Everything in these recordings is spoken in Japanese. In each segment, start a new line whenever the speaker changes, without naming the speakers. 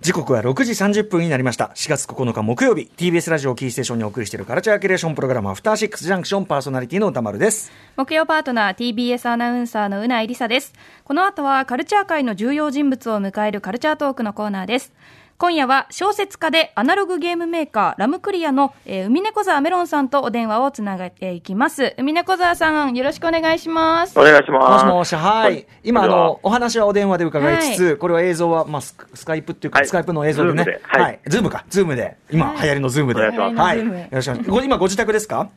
時刻は6時30分になりました。4月9日木曜日、TBS ラジオキーステーションにお送りしているカルチャーキュレーションプログラム、アフターシックスジャンクションパーソナリティの歌丸です。
木曜パートナー TBS アナウンサーのうないりさですこの後はカルチャー界の重要人物を迎えるカルチャートークのコーナーです今夜は小説家でアナログゲームメーカーラムクリアの、えー、海猫沢メロンさんとお電話をつなげていきます海猫沢さんよろしくお願いします
お願いしま
も
す。
しもし、はい。今、あの、、お話はお電話で伺いつつ、
は
これは映像は、まあ、スカスカイプっていうか、
はい
スカイプの映像でね。
ズームではい
ズームか、ズームで。今、
はい
流行りのズームで。
お願いします
は
流
い。よ
行りのズーム
ろしくお願いします。ご今、ご自宅ですか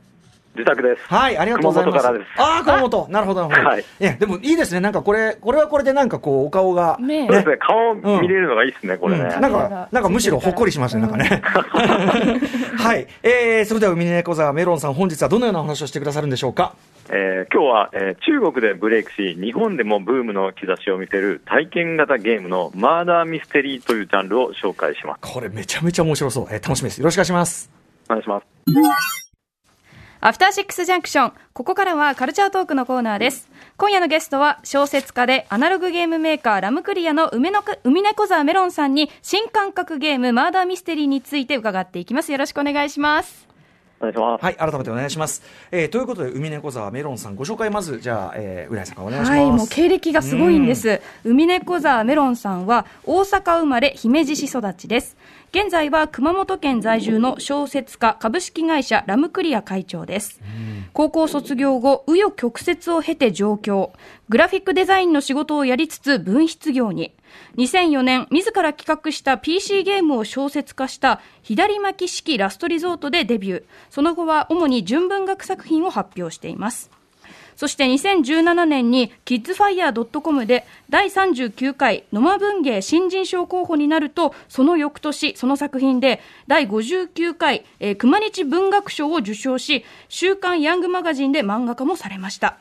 自宅です。
はい、ありがとうございます。
熊本からです
ああ、熊本。なるほど、なるほど。
はい
え、でもいいですね。なんかこれ、これはこれでなんかこう、お顔が。
ねえ
そうですね、顔見れるのがいいですね、これ
う
ね。
んなんか、なんかむしろほっこりしますね、なんかね。 はい。えー、それでは、海猫座メロンさん、本日はどのようなお話をしてくださるんでしょうか。
えー今日は、えー中国でブレイクし、日本でもブームの兆しを見せる体験型ゲームのマーダーミステリーというジャンルを紹介します。
これ、めちゃめちゃ面白そう。えー楽しみです。よろしくお願いします。
お願いします。
アフターシックスジャンクション。ここからはカルチャートークのコーナーです。今夜のゲストは小説家でアナログゲームメーカーラムクリアの梅のく海猫沢メロンさんに新感覚ゲームマーダーミステリーについて伺っていきます。よろしくお願いします。
お願いします。
はい、改めてお願いします。えーということで、海猫座メロンさん、ご紹介まず、じゃあ、えー、浦井さんからお願いします。
はい、もう経歴がすごいんです。海猫沢メロンさんは大阪生まれ姫路市育ちです。現在は熊本県在住の小説家株式会社ラムクリア会長です。高校卒業後、紆余曲折を経て上京。グラフィックデザインの仕事をやりつつ分室業に。2004年、自ら企画した PC ゲームを小説化した左巻き式ラストリゾートでデビュー。その後は主に純文学作品を発表しています。そして2017年にキッズファイヤー .com で第39回野間文芸新人賞候補になるとその翌年その作品で第59回、えー熊日文学賞を受賞し週刊ヤングマガジンで漫画化もされました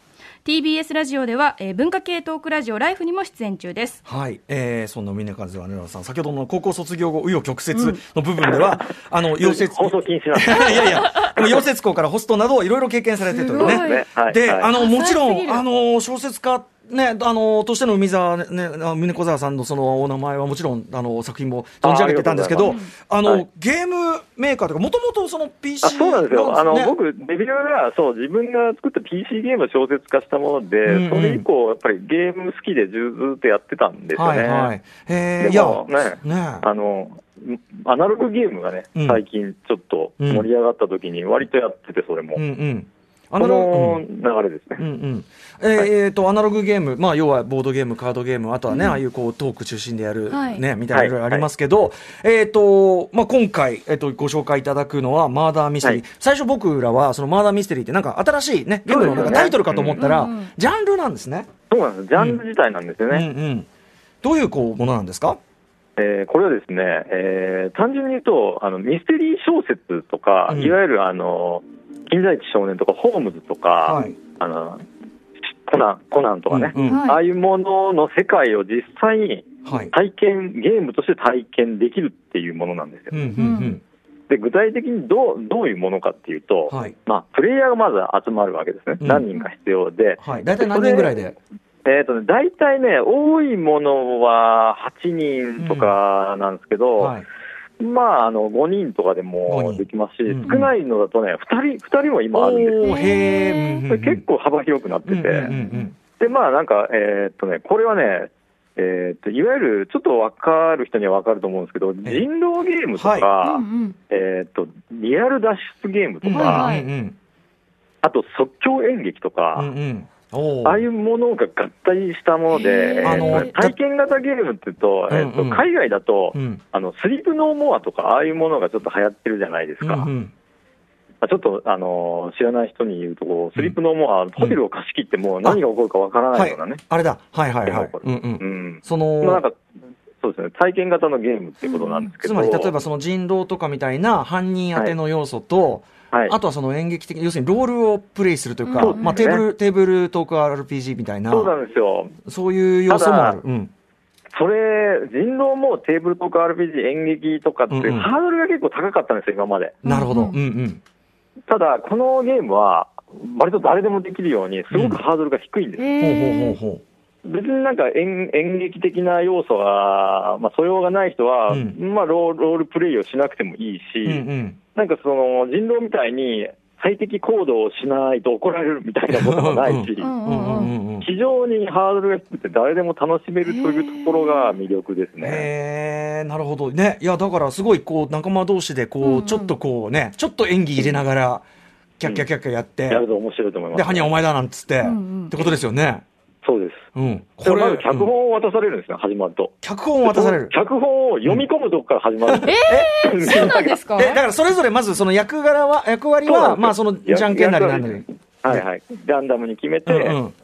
TBS ラジオでは、えー文化系トークラジオライフにも出演中です
はい、えー、そんな峰風はねさん、先ほどの高校卒業後、紆余曲折の部分では、あ の、溶接、
放送禁止なんで
いやいや、でも溶接工からホストなどをいろいろ経験されてという
すご
ね
い。
ね。はい。
で、
はい
あの、もちろ
多彩すぎ
ん、
る
あの、小説家、ね、あの、としての海沢、ね、あの峰子沢さんのそのお名前はもちろん、あの、作品も存じ上げてたんですけど、あ
りがとうございます
の、ゲームメーカーというか、もともとその PC
あそうなんですよ、あの
ね
僕、デビューがそう自分が作った PC ゲームを小説化したもので、
うんうん
それ以降、やっぱりゲーム好きでずっとやってたんですよ
は
ね。
いはい。えー、い
で
や、
もね
ね
あの、アナログゲームがね、
うん
最近ちょっと盛り上がった時に割とやってて、それも。
うんうん。あ
この流れですね。
うんうんえーえーとアナログゲーム、まあ、要はボードゲーム、カードゲーム、あとはね、ああいうこうトーク中心でやる、
はい
ね、みたいなのがありますけど、えーとまあ、今回、えーと、ご紹介いただくのは、マーダーミステリー、
はい
最初、僕らはそのマーダーミステリーって、なんか新しい、ね、ゲームの
そ
なん
うですよね
かタイトルかと思ったら、
うんうん
ジャンルなんですね。
そうなんです。ジャンル自体なんですよ
うんう
ね。
ん、どういうこうものなんですか、
えーこれはですね、えー単純に言うと、あの、ミステリー小説とか、
うん
いわゆるあの、金在地少年とか、ホームズとか、
はい
あの、コナン、コナンとかね、
うんうん
はい
ああいうものの世界を実際に
はい
体験、ゲームとして体験できるっていうものなんですよ。
うんうん
で、具体的にどう、どういうものかっていうと、
うんはい
まあ、プレイヤーがまず集まるわけですね。
うん
何人か必要で。
はい、大体何人ぐらいで、
えっ、とね、大体ね、多いものは8人とかなんですけど、
はい、
まあ、あの、5人とかで
五
も
人
できますし、
うんうん
少ないのだとね、2人、二人も今あるんですよ。
おーへーうんうんう
これ
ん
結構幅広くなってて、
うんうんうん
で、まあ、なんか、えっ、とね、これはね、えっといわゆるちょっとわかる人にはわかると思うんですけど、人
え
狼ゲームとか、
うんうん
えっとリアル脱出ゲームと
うん
か、
はいはい
うんうん
あと即興演劇とか、
うんうんおー
ああいうものが合体したもの
へ
で、え
ー
ー
あの
と体験型ゲームっていうと、
うん
え
うん
ーと海外だと、
うん
あのスリープノーモアとか、ああいうものがちょっと流行ってるじゃないですか。
うんうん
まあちょっと、あのー知らない人に言うとこう、スリープノーモア、ホテルを貸し切ってもう何が起こるかわからないようなね。
あれだ、はいはいはい
でもこ。
う
れ
んうん、
うん。
そ
まあな
の
んか、そうですね、体験型のゲームってことなんです
つ
けど。
まり例えばその人狼とかみたいな犯人宛ての要素と、
はい。
あとはその演劇的、要するにロールをプレイするというか、
そうですね
まあ、テーブルテーブルトーク RPG みたいな
そうなんですよ。
そういう要素もある。うん
それ、人狼もテーブルとか RPG 演劇とかって、
うんうん
ハードルが結構高かったんですよ、今まで。
なるほど、うん
うん
うん
ただ、このゲームは、割と誰でもできるように、すごくハードルが低いんです。
ほうほう
へ
ほう
ー
ほ
別になんか演演劇的な要素が、まあ、素養がない人は、
うん
まあ、ローロールプレイをしなくてもいいし、
うんうん。
なんかその人狼みたいに最適行動をしないと怒られるみたいなこともないし
う、ん
ううんん
うんうん。
うんうん。
非常にハードルが低くて、誰でも楽しめるというところが魅力ですね。
へえなるほどねいやだからすごいこう仲間同士でこう、
うんうん
ちょっとこうねちょっと演技入れながらキャッキャッキャッキャやって、
やると面白いと思います、
で「はにゃお前だ」なんつって、
んうん
ってことですよね
そうです。
うん
これまず脚
うん
本を渡されるんですね、始まると。
脚本を渡される
脚本を読み込むとこから始まる。えー、
そうなんですか
えだからそれぞれまずその役柄は役割
そうなん
は
です
まあそのじゃんけんなりなんなり
役はいはい。ランダムに決めて、
うんうん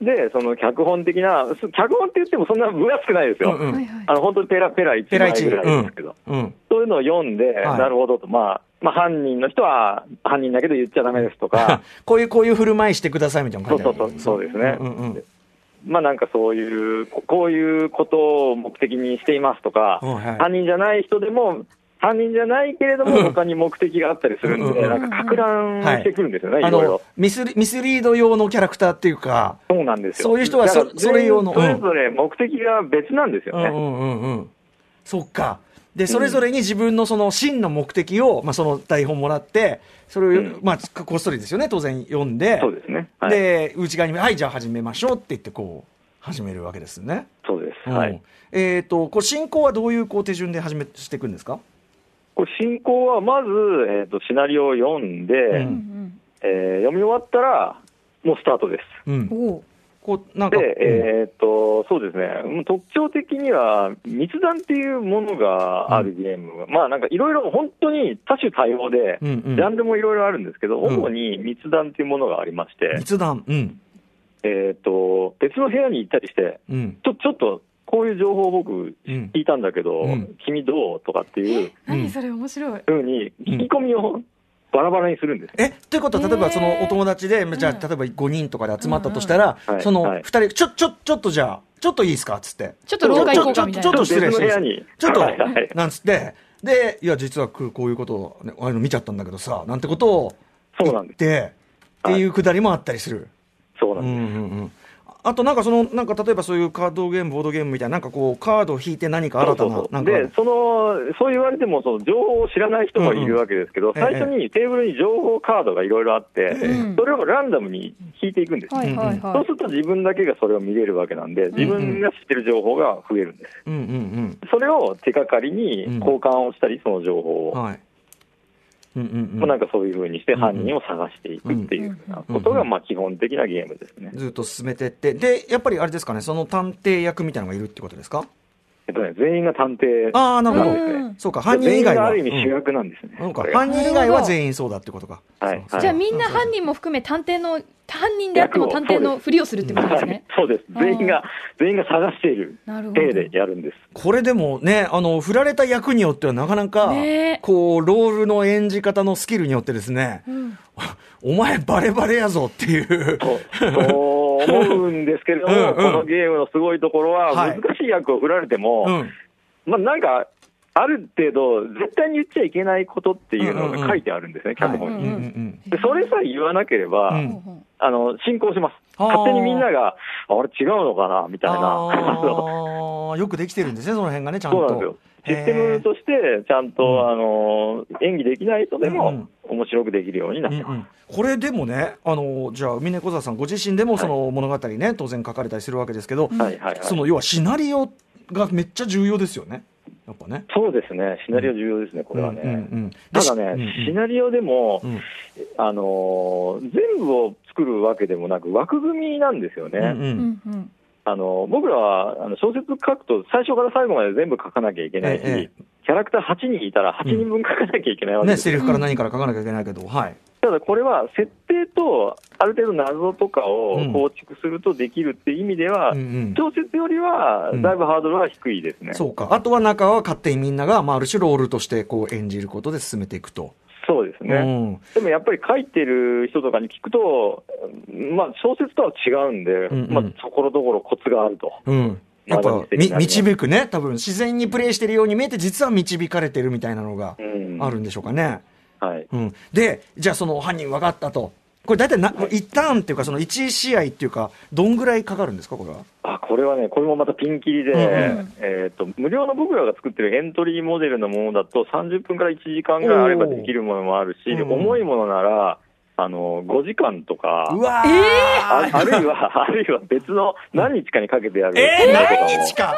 で、その脚本的な、す脚本って言ってもそんな分厚くないです
う
よ。
んう
は
ん
いはい
あの、本当にペラペラ1
ペラ
枚
イチ
ぐらいですけど。
うん
そういうのを読んで、
はい、
なるほどと、まあ、まあ、犯人の人は犯人だけど言っちゃダメですとか
こういうこういう振る舞いしてくださいみたいな
そ
感
う
じ
そうそう、そうですね。
うんうん
まあなんかそういう、ここういうことを目的にしていますとか、
うんはい
犯人じゃない人でも、犯人じゃないけれども、他に目的があったりするん
うんう
で、
ん
なんかか乱してくるんですよね、
あ
いろいろ
の。ミスリミスリード用のキャラクターっていうか
そうなんですよ。
そういう人はそ
だから
それ用のうん
それぞれ目的が別なんですよね。
うんうんうんうん、そっかでそれぞれに自分のその真の目的を、まあ、その台本もらってそれを、
うん
まあ、こっそりですよね当然読んで
そうですね。はい。
で内側に「はいじゃあ始めましょう」って言ってこう始めるわけですね。
そうです。
うん
はい。
えっ、とこう進行はどういうこう手順で始めしていくんですか、
これ進行はまず、えっ、と、シナリオを読んで、
う
う
ん
んうん
えー読み終わったら、もうスタートです。
うん、
おう
こうなんか、
で、えーっと、そうですね、もう特徴的には、密談っていうものがあるゲームが、まあなんかいろいろ本当に多種多様で、
うんうん
ジャンルもいろいろあるんですけど、
うん
主に密談っていうものがありまして、
密談、うん
えーっと、別の部屋に行ったりして、
うん
ちょちょっと、こういう情報を僕、
うん
聞いたんだけど、
うん
君どうとかっていう
何それ面白い。
ふうに、聞き込みをバラバラにするんです。
えということは、例えばそ
へ
の
ー
お友達で、じゃあ、
うん
例えば5人とかで集まったとしたら、
うんうん
その
はいは
2
い
人、ちょ、ちょ、ちょっとじゃあ、ちょっといいですかっつって、
ちょっと廊下行こうかみたい
ちょ
な
っ。と失礼
別
し
の部
ま
屋
す
に。
ちょっと
はいはい、
なんつって、で、いや、実はこうこういうことを、ね、ああいうの見ちゃったんだけどさ、なんてことを
そう
言
なん
っ
です。
て、っていうくだりもあったりする。
そう
う
なんん
う
です。
んうんあとなんかその、なんか例えばそういうカードゲーム、ボードゲームみたいな、なんかこう、カードを引いて何か新た
そう
な
そう、そ
な
うん
か、
でそのそう言われても、その情報を知らない人もいるわけですけど、
うんうん
最初にテーブルに情報カードがいろいろあって、
うん
それをランダムに引いていくんです、
はいはい
うん
そ
は
う
い
す。ると自分だけがそれを見れるわけなんで、自分が知ってる情報が増えるんです、
うんうん
それを手がかりに交換をしたり、その情報
うん。
を、
はい。うんうん
も
う
うんなんかそういうふうにして、犯人を探していくっていうようなことが、
うん
まあ基本的なゲームですね。
ずっと進めてって、で、やっぱりあれですかね、その探偵役みたいなのがいるってことですか
えっとね、全員が探偵
ああ、なるほど。
うん
そうか、犯人
全
以
員
外
が
は。
ある意味主
うん
役なんですね。
そうか
これが
犯人以外は全員そうだってことか。
はい
そうそう
じゃあみんな犯人も含め探偵の、犯人であっても探偵のふりをするってことですね。
そうです。全員が、全員が探している
なるほど
体でやるんです。
これでもね、あの、振られた役によってはなかなか、
ねえ
こう、ロールの演じ方のスキルによってですね、
うん
お前バレバレやぞっていう。
とそう思うんですけれども、
うんうん
このゲームのすごいところは、
はい
難しい役を振られても、
うん。
まあなんか、ある程度、絶対に言っちゃいけないことっていうのが書いてあるんですね、脚
はい
本
うん
に。
うんうん。
でそれさえ言わなければ、
うん
あの進行します。
あー
勝手にみんなが、ああれ違うのかなみたいな。あの
ああ、よくできてるんですね、その辺がね、ちゃん
そう
と。
なんですよ。システムとして、ちゃんと、
うん
あの演技できない人で
う
も
ん、
面白くできるようになってます。
うんうんこれでもね、あのじゃあ、峰小沢さん、ご自身でもその物語ね、当然書かれたりするわけですけど、
はいはいはい、
その要はシナリオがめっちゃ重要ですよね、やっぱね。
そうですね、シナリオ重要ですね、これはね。
うんうんうんで
ただね、
し
シナリオでも、
うんうん
あのー全部を作るわけでもなく、枠組みなんですよね。
うんう
うんんうん
あのー僕らはあの小説書くと、最初から最後まで全部書かなきゃいけないし、
え
キャラクター8人いたら8人分書かなきゃいけないわけ
ね、
です
セ
よ、
リフから何から書かなきゃいけないけど、はい。
ただこれは設定とある程度謎とかを
うん
構築するとできるって意味では、
うんうん
小説よりは
うん
だいぶハードルは低いですね。
そうか。あとは中は勝手にみんなが、まあ、ある種ロールとしてこう演じることで進めていくと。
そうですね。
うん
でもやっぱり書いてる人とかに聞くと、うんまあ、小説とは違うんで、
んうん
まあ、ところどころコツがあると。
うん。やっ
ま
ぱ
だ、
み
見てないね
導くね、多分自然にプレイしてるように見えて、実は導かれてるみたいなのが
うん
あるんでしょうかね。
はい。
うん、で、じゃあその犯人分かったと。これ大体な、一ターンっていうか、その1試合っていうか、どんぐらいかかるんですか、これは。
あ、これはね、これもまたピンキリで、
うん
えっと無料の僕らが作ってるエントリーモデルのものだと、30分から1時間ぐらいあればできるものもある
お
し、
ーうん
重いものなら、あの5時間とか、
うわ
あ
ー
あるい は、あるいは別の何日かにかけてやる
えー、
ものとかも
何日か
あ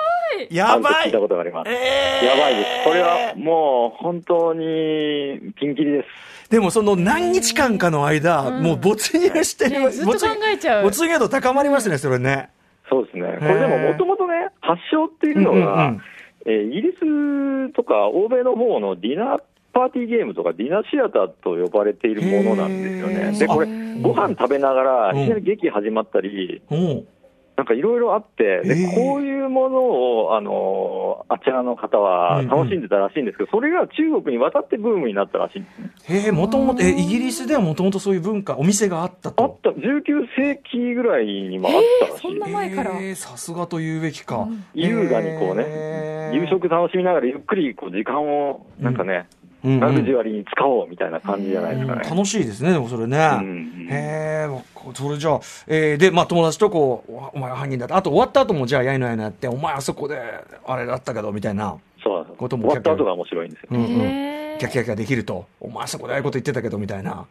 や
ると
ば
聞い
い
たことがあります。
えー
やばいです。これはもう本当にピンキリです。
でもその何日間かの間、
うん
もう没入してる、
ねずっと考えちゃう
没入度高まりますね、それね。
そうですね。これでももともとね、発祥っていうのが、
うん
えーイギリスとか欧米の方のディナーパーティーゲームとかディナーシアターと呼ばれているものなんですよ
へ
ね。
ー
で、これ
へ、ー
ご飯食べながら、
うん
いきなり劇始まったり、
うんうん
なんかいろいろあって、
へ
で
ー
こういうものを、あのーあちらの方は楽しんでたらしいんですけど、それが中国に渡ってブームになったらしいんですね。
へえ、もともと、え、イギリスではもともとそういう文化、お店があった
あっ
と。
た、19世紀ぐらいにもあったらし
そ
い
ん
です
な前から
へえさすがと言うべきか。
うん
優雅にこうね
へえ
夕食楽しみながらゆっくりこう時間をなんかね、
うんうん
ラグジュアリーに使おうみたいな感じじゃないですかね。
楽しいですね、でもそれね。
うん
へえ、わこそれじゃあ、えーで、まあ友達とこう、おお前は犯人だって、あと終わった後も、じゃあ、やいのやいのやって、お前あそこで、あれだったけど、みたいな、
そうなんです
こと
終
も
わった後が面白いんですよ。
うんうん、
へー
キャッキャッキャできると、お前あそこでああいうこと言ってたけど、みたいな。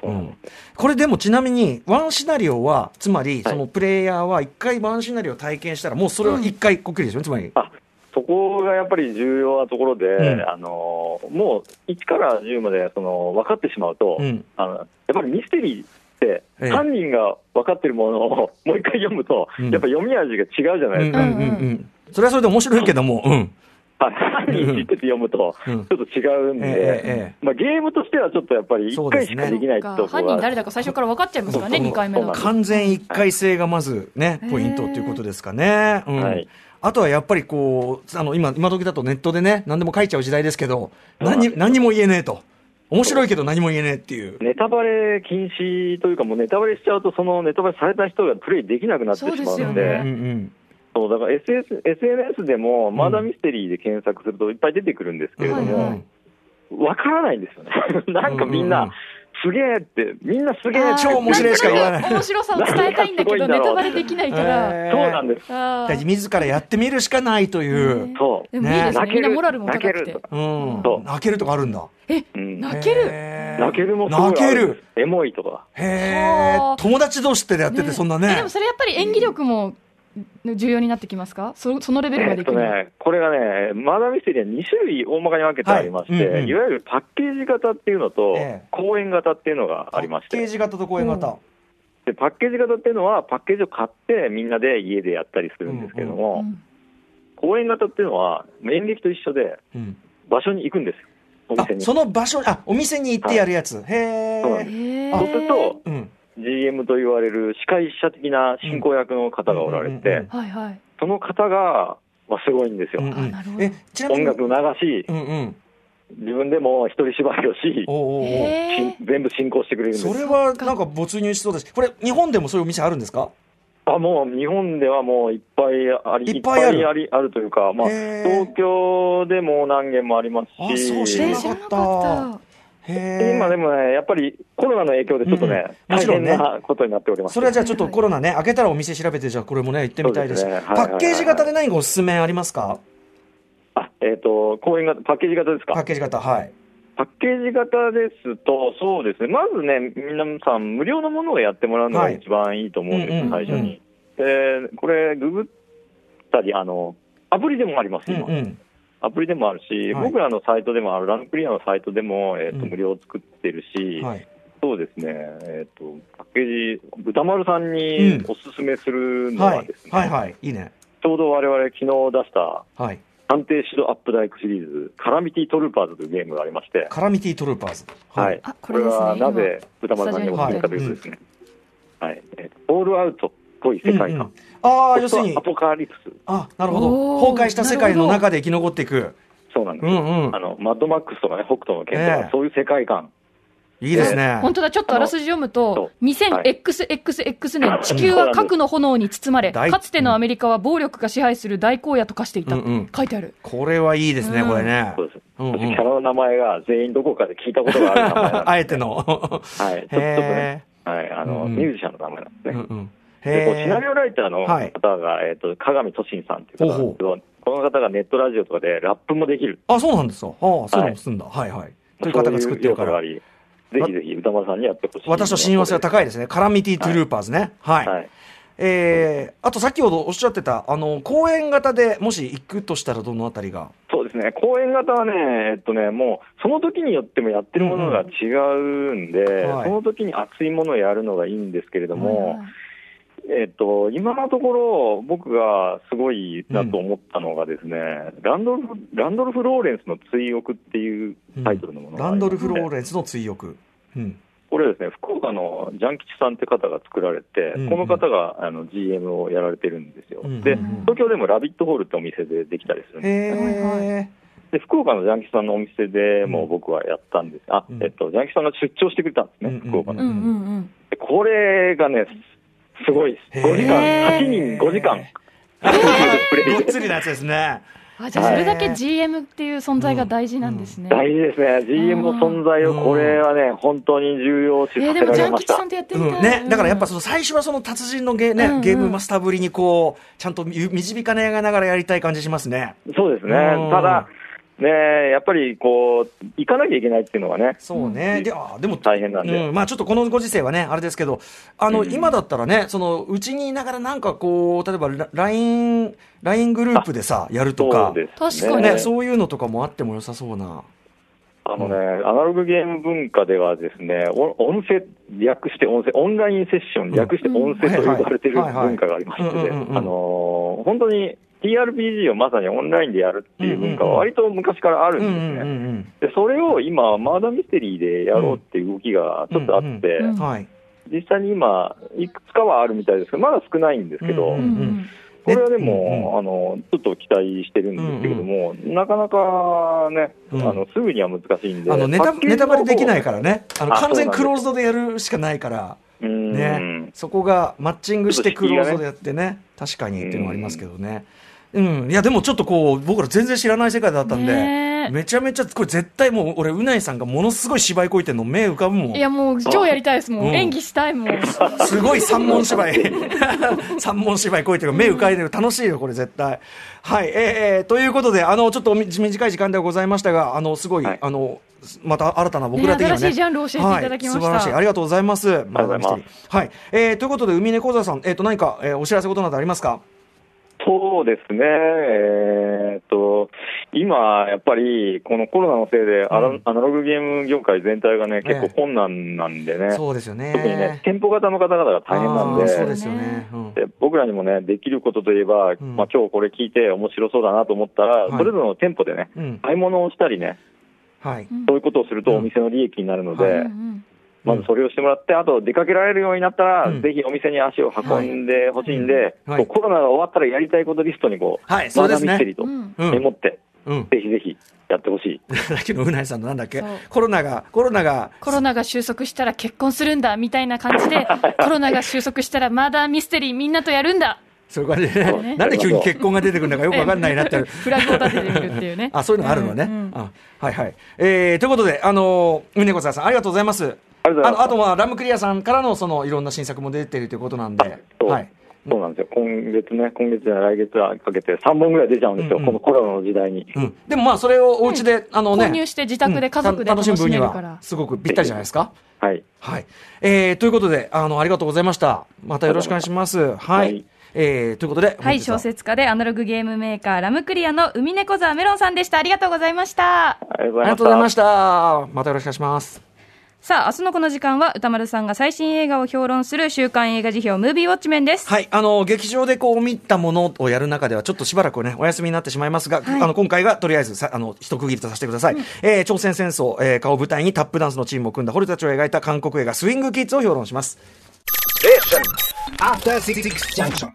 そうなんで
これでもちなみに、ワンシナリオは、つまり、
はい
そのプレイヤーは一回ワンシナリオを体験したら、もうそれは一回こっきりでしょ、つまり。
あそこがやっぱり重要なところで、
うん
あのーもう1から10までその分かってしまうと、
うん
あのやっぱりミステリーって、
ええ
犯人が分かって るものをもう一回読むと、
うん
やっぱ読み味が違うじゃな
う
い
んうんう
ですか、
んうん。それはそれで面白いけども、うん。
はい犯人知ってて読むと、
う
ち
ん
ょっと違うんで、
ええええ
まあ、ゲームとしてはちょっとやっぱり1回しかできないところが、
犯人誰だか最初から分かっちゃいますからね、
そう
2回目だ
そ
と。
完全一回性がまずね、
うん
ポイントっていうことですかね。うん
はい
あとはやっぱりこう、あの、今、今時だとネットでね、何でも書いちゃう時代ですけど、何に、何にも言えねえと。面白いけど何も言えねえっていう。
ネタバレ禁止というか、もうネタバレしちゃうと、そのネタバレされた人がプレイできなくなってしまうので、
そうです
そ
よ
う,、
うん
ね
うん
だから SS SNS でも、マーダーミステリーで検索するといっぱい出てくるんですけれど
うん
も、わ、
うん。
からないんですよね、 なんか
う
みん
んうん
な、すげえって、みんなすげえ
あー
超面白いしか言わない
んとく面白さを伝えたいんだけど、
何がすごいんだ
ネ
ろ
タ
う
バレできないから。
えー
そうなんです、
あ
だから
ー
自らやってみるしかないという。
そ
でもいいですね
泣
み
ける
んなモラルも高
泣
く
け
て
る。
うん。
そう
泣けるとかあるんだ。
う、うん、
泣ける
へー
泣けるもすごいあ
泣け
るんです
る。
エモいとか、
へ
は
ー
あ
友達同士ってやってて、そんな
え
ね
でも。それやっぱり演技力も重要になってきますかそそのレベル
え
が
っ
でき
と
る。
ね、これがね、マーダーミステリーは2種類大まかに分けてありまして、
はいう
い
んうん
わゆるパッケージ型っていうのと、
ええ
公演型っていうのがありまし
パ
て。
ッケージ型と公演型。
でパッケージ型っていうのは、パッケージを買って、みんなで家でやったりするんですけども、
うん
公演型っていうのは、演劇と一緒で、
うん。
場所に行くんですよ、お
あ
店、に。
そ
そ
の場所、あ、お店に行ってやるやつ。へ
そうなん
ー
で
へ
う
ー
すると、
うん。
GM と言われる司会者的な進行役の方がおられ
うんうんうん
て、
はいはい。
その方が、まあ、すごいんですよ
う。んうん
あなるほど
え、ちなみ
音
に。
楽も流し
う、んうん。
自分でも一人芝居をし、
おうおうおう
へ
し全部進行してくれるんです
そ。れはなんか没入しそうだし、これ、日本でもそういうお店あるんですか
あもう日本ではもういっぱいあり、
いっぱいある
ありあるというか、まあ、
へー
東京でも何軒もあります
あそう知
し、
ら
え
な
ー
かった
知らなかっ
へえ。
今でもね、やっぱりコロナの影響でちょっとね、
うんもち
大
ろん
変
ね
なことになっております。
それはじゃあちょっとコロナね、開けたらお店調べて、じゃあこれもね、行ってみたいですし、
そうですねはい
パッケージ型で何がおすすめありますか
あえっ、と、公演型、パッケージ型ですか。
パッケージ型、はい。
パッケージ型ですと、そうですね、まずね、皆さん、無料のものをやってもらうの
は
が
い
一番いいと思うんです
うんう
よ、
ん
最初に。で、これ、ググったり、あの、アプリでもあります、
うん
今。
うん。
アプリでもあるし、
はい
僕らのサイトでも、あるランクリアのサイトでも、えっ、と、
うん
無料を作ってるし、
はい。
そうですね、えっ、と、パッケージ、歌丸さんにおすすめするの
は
はで
い
すね、。
はいはい。いいね。
ちょうど我々昨日出した
はい。
探偵シドアップダイクシリーズ、カラミティトルーパーズというゲームがありまして、
カラミティトルーパーズ。
はい。
あこ
こ
れ
れ
ですね
はなぜ歌丸さんにお勧めかということですね。はい。えっとオールアウトっぽい世界
うんう
観
ん。ああ、要
ポス
するに
トア、ポカリプス。
あ、なるほど。
おー
崩壊した世界の中で生き残っていく。
そうなんで
う
す。
んうん
あ。の、マッドマックスとかね、北斗の拳と
ええ
か、そういう世界観。
いいですね。
本当だ、ちょっとあらすじ読むと、
はい
2000XXX 年、地球は核の炎に包まれ、
大
かつてのアメリカは暴力が支配する大荒野と化していた
うんうん。
書いてある。
これはいいですね、
うん
これね。
そうです。
うんうん
そしてキャラの名前が全員どこかで聞いたことがある名前なんで
あえての。
はい。ちょちょっと
へ
ね、はい。あ
う
の、
んうん
ミュージシャンの名前なんです
ー
ね。
うんうん
でこう
へー
シナリオライターの
はい
方が、えっと加賀美敏信さんという方なんですけど、この方がネットラジオとかでラップもできる、
あ、そうなんですか。ああ、そうなんですんだ。はいはい。という方が作ってるか
そう
ら
い。う要素があり、ぜひぜひ歌丸さんにやってほしい。
私の親和性が高いですね。カラミティ・トゥ・ルーパーズね。はい。
はい
えーあと先ほどおっしゃってた、あの、公演型でもし行くとしたらどのあたりが
そうですね、公演型はね、えっとね、もうその時によってもやってるものが違うんで、
んはい
その時に熱いものをやるのがいいんですけれども、
はい
えっと、今のところ、僕がすごいなと思ったのがですね、ランドルフ、ランドルフ・ローレンスの追憶っていうタイトルのものが
ラ
あり
ン
ま
ド
して
ルフ・ローレンスの追憶。うん。
これですね、福岡のジャン吉さんって方が作られて、
うんうん
この方があの GM をやられてるんですよ。
うんうん
で、
うん
東京でもラビットホールってお店でできたりするんですね。
へ
で福岡のジャンキさんのお店でも
う
うん僕はやったんです、あ、
うん
えっと、ジャンキさんが出張してくれたんですね、
うんうんうん
福岡の
うんうんうん。
でこれがねすすごいです
へー
5時間8人5時間プレ
え。ごっ
イで
つりなやつですね。
あ、じゃあそれだけ GM っていう存在が大事なんですね。
大事ですね GM の存在をこれはね本当に重要視
えー
さ
で
せ
も
ら
ジ
れ
ャン
まし
吉
た、
さんってやってみたい、
うん、ね、だからやっぱその最初はその達人のゲ,、ね
うんうん
ゲームマスターぶりにこうちゃんとみ導かねながらやりたい感じしますね。
そうですね
うん
ただねやっぱりこう行かなきゃいけないっていうのがね
そうね、であでも
大変なんで
うんまあ、ちょっとこのご時世はね、あれですけど、あの
うん
今だったらね、そのうちにいながらなんかこう、例えばラ LINE ライングループでさ、やると
そ
か
うで
確
す
か
ね
に
そういうのとかもあっても良さそうな、
あのね、アナログゲーム文化ではですね、お音声、略して音声、オンラインセッション、
ん
略して音声と
うん
呼ばれてる
はいはい
文化がありまして
うんうん
ね、
うんうん
あのー本当に TRPG をまさにオンラインでやるっていう文化
うんうんう
は
ん
割と昔からある
うんんう
ですね。
んうん
で、それを今、マーダーミステリーでやろうっていう動きがちょっとあって、
うんうん
うん、はい、
実際に今、いくつかはあるみたいですけど、まだ少ないんですけど、
うん
う
ん
う
うんん
これはで
うんうん
も、あの、ちょっと期待してるんですけれども、なかなかね、
うん
あの、すぐには難しいんで。
あのネタ
パッケージ
ネタバレできないからね、あの
あ
完全
そうなんです
クローズドでやるしかないから、
うん
ね、そこがマッチングしてクローズでやってね、確かにっていうのはありますけどね。うん、いやでもちょっとこう僕ら全然知らない世界だったんで、
ねえ
めちゃめちゃこれ絶対もう俺うないさんがものすごい芝居こいてんの目浮かぶもん
いやもう超やりたいですもん、
うん
演技したいもん
すごい三文芝居 三文芝居こいてる目浮かいでる楽しいよこれ絶対はいえー、ということであのちょっとおみ短い時間ではございましたがあのすごい、
はい
あのまた新たな僕ら的にはね
ね新しいジャンルを教えていただきました
はい、素晴らしいありがとうございます
がとうございます
はい、えー、ということで海猫座さんえっ、と何か、えーお知らせことなどありますか
そうですね、えーっと、今、やっぱりこのコロナのせいでアナ、
うん
アナログゲーム業界全体がね、結
ええ
構困難なんでね、
そうですよね
特にね、店舗型の方々が大変なん
あー
で、
そうですよね、うん
で僕らにもね、できることといえば、
ん
まあ今日これ聞いて、面白そうだなと思ったら、
はい
それぞれの店舗でね、
うん、
買い物をしたりね、
はい、
そういうことをする
うん
とお店の利益になるので、
は
うんうん
まずそれをしてもらって、あと出かけられるようになったら、
うん
ぜひお店に足を運んでほしいんで、
はい
こうコロナが終わったらやりたいことリストにこう、
はいそうですね
マナーミステリ
う
ー
ん
う
とメ
ん
モって、
うん、
ぜひぜひやってほしい。
さっきのうないさんのなんだっけ
そう
コロナがコロナが
コロナが収束したら結婚するんだみたいな感じ でコロナが収束したらマーダーミステリーみんなとやるんだ
そういう感じでね
そうね
なんで急に結婚が出てくるのかよくわかんないなって
フラグを立ててみるっていうね
あそういうのがあるのね、
うんうん
あはいはい、えーということであのー宗子さんありがとうございます
ありがとうございます
あとまあラムクリアさんからのそのいろんな新作も出てるということなんで
そう
はい
そうなんですよ。今月ね、今月や来月はかけて3本ぐらい出ちゃうんですよ、
うんうん
このコロナの時代に。
うん、でもまあそれをお家で、あのね
購入して自宅で家族で
うん
楽
た
しめる
楽しむ
か
分には
ら
すごくぴったりじゃないですか
はい。
はい、えーということであのありがとうございましたまたよろしくお願いしますはい、
はい
えーということで
はい、
本日は
小説家でアナログゲームメーカー、ラムクリアの海猫沢メロンさんでした。ありがとうございました。
ありがとうご
あ
ざ
りが
いま
とうございま
し。
したたまたよろしくお願いします
さあ、明日のこの時間は歌丸さんが最新映画を評論する週刊映画辞表ムービーウォッチメンです。
はい、あの劇場でこう見たものをやる中ではちょっとしばらくねお休みになってしまいますが、あの今回がとりあえずさあの一区切りとさせてください、えー朝鮮戦争、えー、顔を舞台にタップダンスのチームを組んだホルたちを描いた韓国映画「スウィングキッズ」を評論します
After Six Junction.